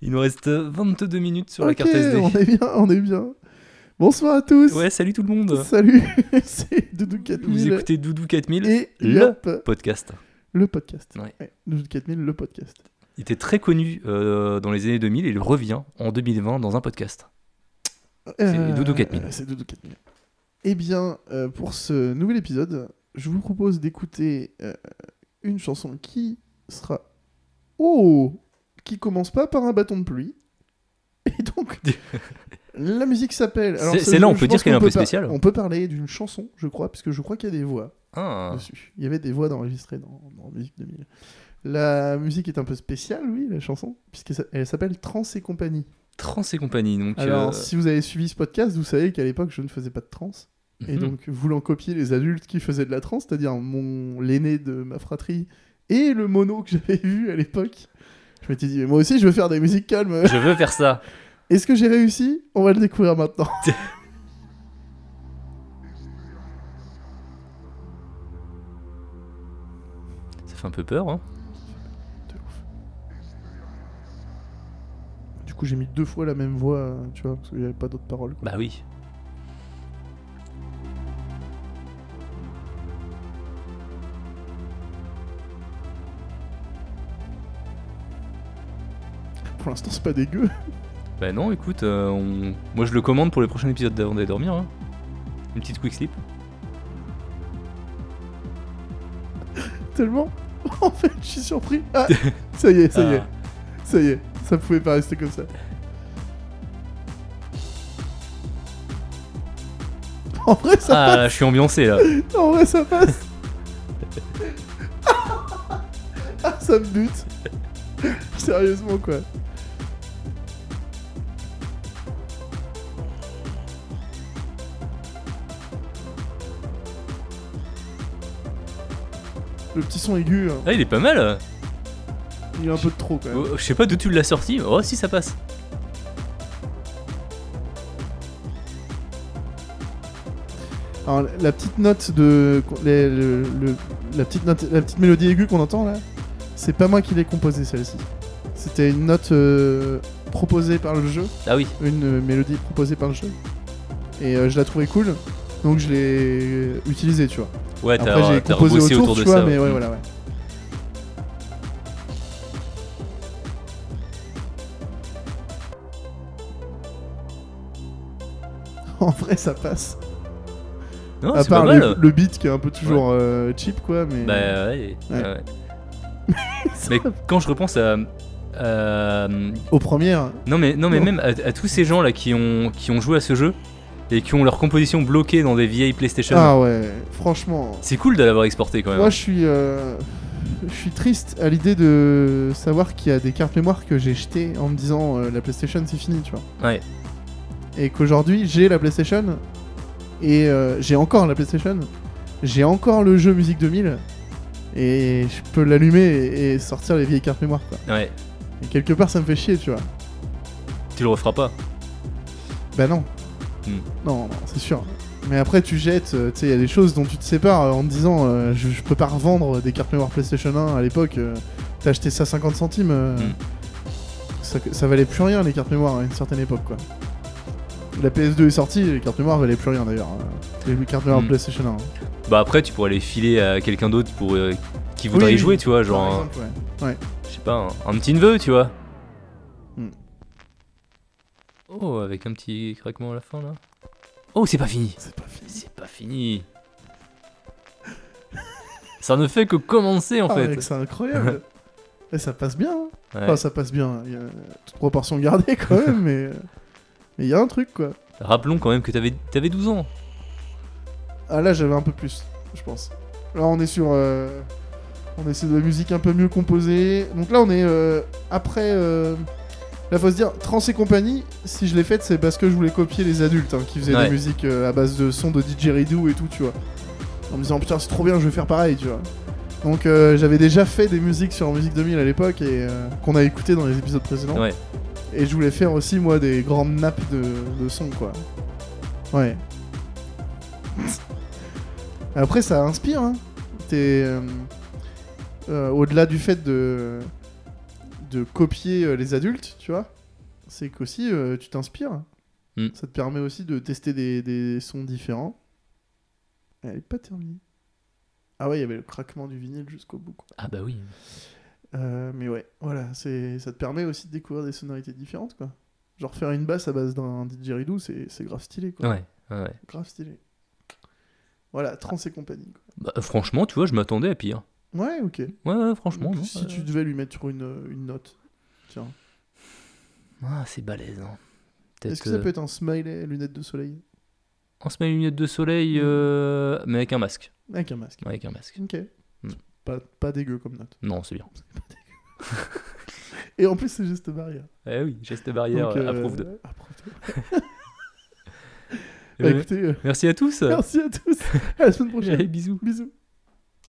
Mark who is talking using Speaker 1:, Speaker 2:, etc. Speaker 1: Il nous reste 22 minutes sur
Speaker 2: Ok,
Speaker 1: la carte SD.
Speaker 2: On est bien, on est bien. Bonsoir à tous.
Speaker 1: Ouais, salut tout le monde.
Speaker 2: Salut, c'est Doudou 4000.
Speaker 1: Vous écoutez Doudou 4000,
Speaker 2: et
Speaker 1: le
Speaker 2: Yop,
Speaker 1: podcast.
Speaker 2: le podcast.
Speaker 1: Ouais.
Speaker 2: Doudou 4000, le podcast.
Speaker 1: Il était très connu euh, dans les années 2000 et il revient en 2020 dans un podcast. Doudou 4000.
Speaker 2: Euh, C'est Doudou 4000. Eh bien, euh, pour ce nouvel épisode, je vous propose d'écouter euh, une chanson qui sera. Oh Qui commence pas par un bâton de pluie. Et donc. La musique s'appelle. alors
Speaker 1: C'est-
Speaker 2: ça,
Speaker 1: c'est là,
Speaker 2: je-
Speaker 1: on
Speaker 2: je
Speaker 1: peut
Speaker 2: pense
Speaker 1: dire qu'elle est
Speaker 2: qu'on
Speaker 1: un peu
Speaker 2: peut par-
Speaker 1: spéciale.
Speaker 2: On peut parler d'une chanson, je crois, parce que je crois qu'il y a des voix.
Speaker 1: Ah,
Speaker 2: dessus. Il y avait des voix enregistrées dans, dans Musique 2000. La musique est un peu spéciale, oui, la chanson, puisqu'elle s'a- elle s'appelle Trans et compagnie.
Speaker 1: Trans et compagnie. Donc,
Speaker 2: Alors,
Speaker 1: euh,
Speaker 2: si vous avez suivi ce podcast, vous savez qu'à l'époque, je ne faisais pas de trans. Et
Speaker 1: mhm.
Speaker 2: donc, voulant copier les adultes qui faisaient de la trans, c'est-à-dire mon l'aîné de ma fratrie et le mono que j'avais vu à l'époque, je m'étais dit, mais moi aussi, je veux faire des musiques calmes.
Speaker 1: je veux faire ça.
Speaker 2: Est-ce que j'ai réussi On va le découvrir maintenant.
Speaker 1: Ça fait un peu peur. Hein.
Speaker 2: De ouf. Du coup, j'ai mis deux fois la même voix, euh, tu vois, parce que j'avais pas d'autres paroles.
Speaker 1: Bah oui.
Speaker 2: Pour l'instant, c'est pas dégueu.
Speaker 1: Bah non, écoute, euh, on- moi je le commande pour les prochains épisodes d'avant d'aller dormir. hein. Une petite quick slip.
Speaker 2: Tellement. En fait, je suis surpris. Ah, ça y est, ça y est,
Speaker 1: Ah.
Speaker 2: ça y est. Ça pouvait pas rester comme ça. En vrai, ça
Speaker 1: Ah, là, je suis ambiancé là.
Speaker 2: passe. En vrai, ça passe. ah, ça me bute. Sérieusement, quoi. Le petit son aigu, hein,
Speaker 1: Ah, il est pas mal. euh.
Speaker 2: il est un peu de trop quand même.
Speaker 1: Oh, je sais pas d'où tu l'as sorti. mais- Oh, si ça passe.
Speaker 2: Alors, la petite note de les- le- le- la petite note, la petite mélodie aiguë qu'on entend là, c'est pas moi qui l'ai composée celle-ci. C'était une note euh, proposée par le jeu,
Speaker 1: Ah oui.
Speaker 2: une euh, mélodie proposée par le jeu, et euh, je la trouvais cool, donc je l'ai euh, utilisée, tu vois.
Speaker 1: Ouais,
Speaker 2: Après
Speaker 1: t'as
Speaker 2: j'ai
Speaker 1: t'as
Speaker 2: composé
Speaker 1: rebossé
Speaker 2: autour,
Speaker 1: autour
Speaker 2: tu
Speaker 1: de
Speaker 2: vois,
Speaker 1: ça.
Speaker 2: mais ouais,
Speaker 1: ouais.
Speaker 2: voilà, ouais. En vrai, ça passe.
Speaker 1: Non,
Speaker 2: à
Speaker 1: c'est pas
Speaker 2: part
Speaker 1: mal.
Speaker 2: le, le beat qui est un peu toujours euh, cheap, quoi, mais.
Speaker 1: Bah ouais.
Speaker 2: Ouais.
Speaker 1: ouais. mais quand je repense à, à-
Speaker 2: Aux premières.
Speaker 1: non mais non mais
Speaker 2: Non.
Speaker 1: même à, à tous ces gens là qui ont qui ont joué à ce jeu et qui ont leur composition bloquée dans des vieilles PlayStation.
Speaker 2: Ah ouais, franchement.
Speaker 1: C'est cool de l'avoir exporté quand même. hein.
Speaker 2: Moi, je suis. euh, Je suis triste à l'idée de savoir qu'il y a des cartes mémoire que j'ai jetées en me disant euh, la PlayStation c'est fini, tu vois.
Speaker 1: Ouais.
Speaker 2: et qu'aujourd'hui j'ai la PlayStation et euh, j'ai encore la PlayStation, j'ai encore le jeu Musique 2000 et je peux l'allumer et, et sortir les vieilles cartes mémoire quoi.
Speaker 1: Ouais.
Speaker 2: Et quelque part ça me fait chier, tu vois.
Speaker 1: Tu le referas pas.
Speaker 2: Bah non.
Speaker 1: Hmm.
Speaker 2: Non, non, c'est sûr. Mais après tu jettes, euh, tu sais, il y a des choses dont tu te sépares euh, en te disant euh, je, je peux pas revendre des cartes mémoire PlayStation 1 à l'époque, euh, t'as acheté ça 50 centimes. euh,
Speaker 1: Hmm.
Speaker 2: Ça, ça valait plus rien les cartes mémoire à une certaine époque quoi. La PS2 est sortie, les cartes mémoire valaient plus rien d'ailleurs. hein. Les cartes mémoire
Speaker 1: Hmm.
Speaker 2: PlayStation 1. hein.
Speaker 1: Bah après tu pourrais les filer à quelqu'un d'autre pour euh, qui voudrait
Speaker 2: Oui,
Speaker 1: y
Speaker 2: oui.
Speaker 1: jouer, tu vois,
Speaker 2: Par
Speaker 1: genre euh, un-
Speaker 2: exemple, ouais.
Speaker 1: je sais pas, un, un petit neveu, tu vois.
Speaker 2: Hmm.
Speaker 1: Oh, avec un petit craquement à la fin là. Oh, c'est pas fini.
Speaker 2: C'est pas fini.
Speaker 1: C'est pas fini. Ça ne fait que commencer en
Speaker 2: Ah,
Speaker 1: fait.
Speaker 2: mec, c'est incroyable. Et ça passe bien. hein.
Speaker 1: Ouais.
Speaker 2: Enfin, ça passe bien. Il y a toute proportion gardée quand même, mais euh, mais il y a un truc quoi.
Speaker 1: Rappelons quand même que t'avais avais 12 ans.
Speaker 2: Ah là j'avais un peu plus, je pense. Là on est sur, euh, on est sur de la musique un peu mieux composée. Donc là on est euh, après. euh, là faut se dire Trans et compagnie. Si je l'ai faite c'est parce que je voulais copier les adultes hein, qui faisaient
Speaker 1: Ouais.
Speaker 2: des musiques euh, à base de sons de didgeridoo et tout, tu vois. En me disant putain c'est trop bien, je vais faire pareil, tu vois. Donc euh, j'avais déjà fait des musiques sur Musique 2000 à l'époque et euh, qu'on a écouté dans les épisodes précédents.
Speaker 1: Ouais.
Speaker 2: Et je voulais faire aussi moi des grandes nappes de, de son quoi. Ouais. Après ça inspire hein. T'es euh, euh, au-delà du fait de de copier euh, les adultes, tu vois, c'est qu'aussi euh, tu t'inspires.
Speaker 1: Mm.
Speaker 2: Ça te permet aussi de tester des, des sons différents. Elle est pas terminée. Ah ouais, il y avait le craquement du vinyle jusqu'au bout. quoi.
Speaker 1: Ah bah oui.
Speaker 2: Euh, mais ouais, voilà, c'est ça te permet aussi de découvrir des sonorités différentes, quoi. Genre faire une basse à base d'un didgeridoo, c'est c'est grave stylé, quoi.
Speaker 1: Ouais. ouais, ouais.
Speaker 2: Grave stylé. Voilà, trans et compagnie. quoi.
Speaker 1: Bah, franchement, tu vois, je m'attendais à pire.
Speaker 2: Ouais, ok.
Speaker 1: Ouais, ouais, franchement.
Speaker 2: Donc,
Speaker 1: non,
Speaker 2: si
Speaker 1: euh,
Speaker 2: tu devais lui mettre une, euh, une note, tiens.
Speaker 1: Ah, c'est balèze. hein. Peut-être,
Speaker 2: Est-ce que ça
Speaker 1: euh,
Speaker 2: peut être un smiley, lunettes de soleil
Speaker 1: On se met une lunette de soleil,
Speaker 2: Mm.
Speaker 1: euh, mais avec un masque.
Speaker 2: Avec un masque.
Speaker 1: Avec un masque.
Speaker 2: Ok.
Speaker 1: Hmm.
Speaker 2: Pas, pas dégueu comme note.
Speaker 1: Non, c'est bien.
Speaker 2: Et en plus, c'est juste barrière.
Speaker 1: Eh oui, geste barrière,
Speaker 2: Donc, euh,
Speaker 1: approuve de.
Speaker 2: approuve de. Bah,
Speaker 1: Euh,
Speaker 2: écoutez, euh,
Speaker 1: merci à tous.
Speaker 2: merci à tous. À la semaine
Speaker 1: Allez,
Speaker 2: prochaine.
Speaker 1: Euh, bisous.
Speaker 2: Bisous.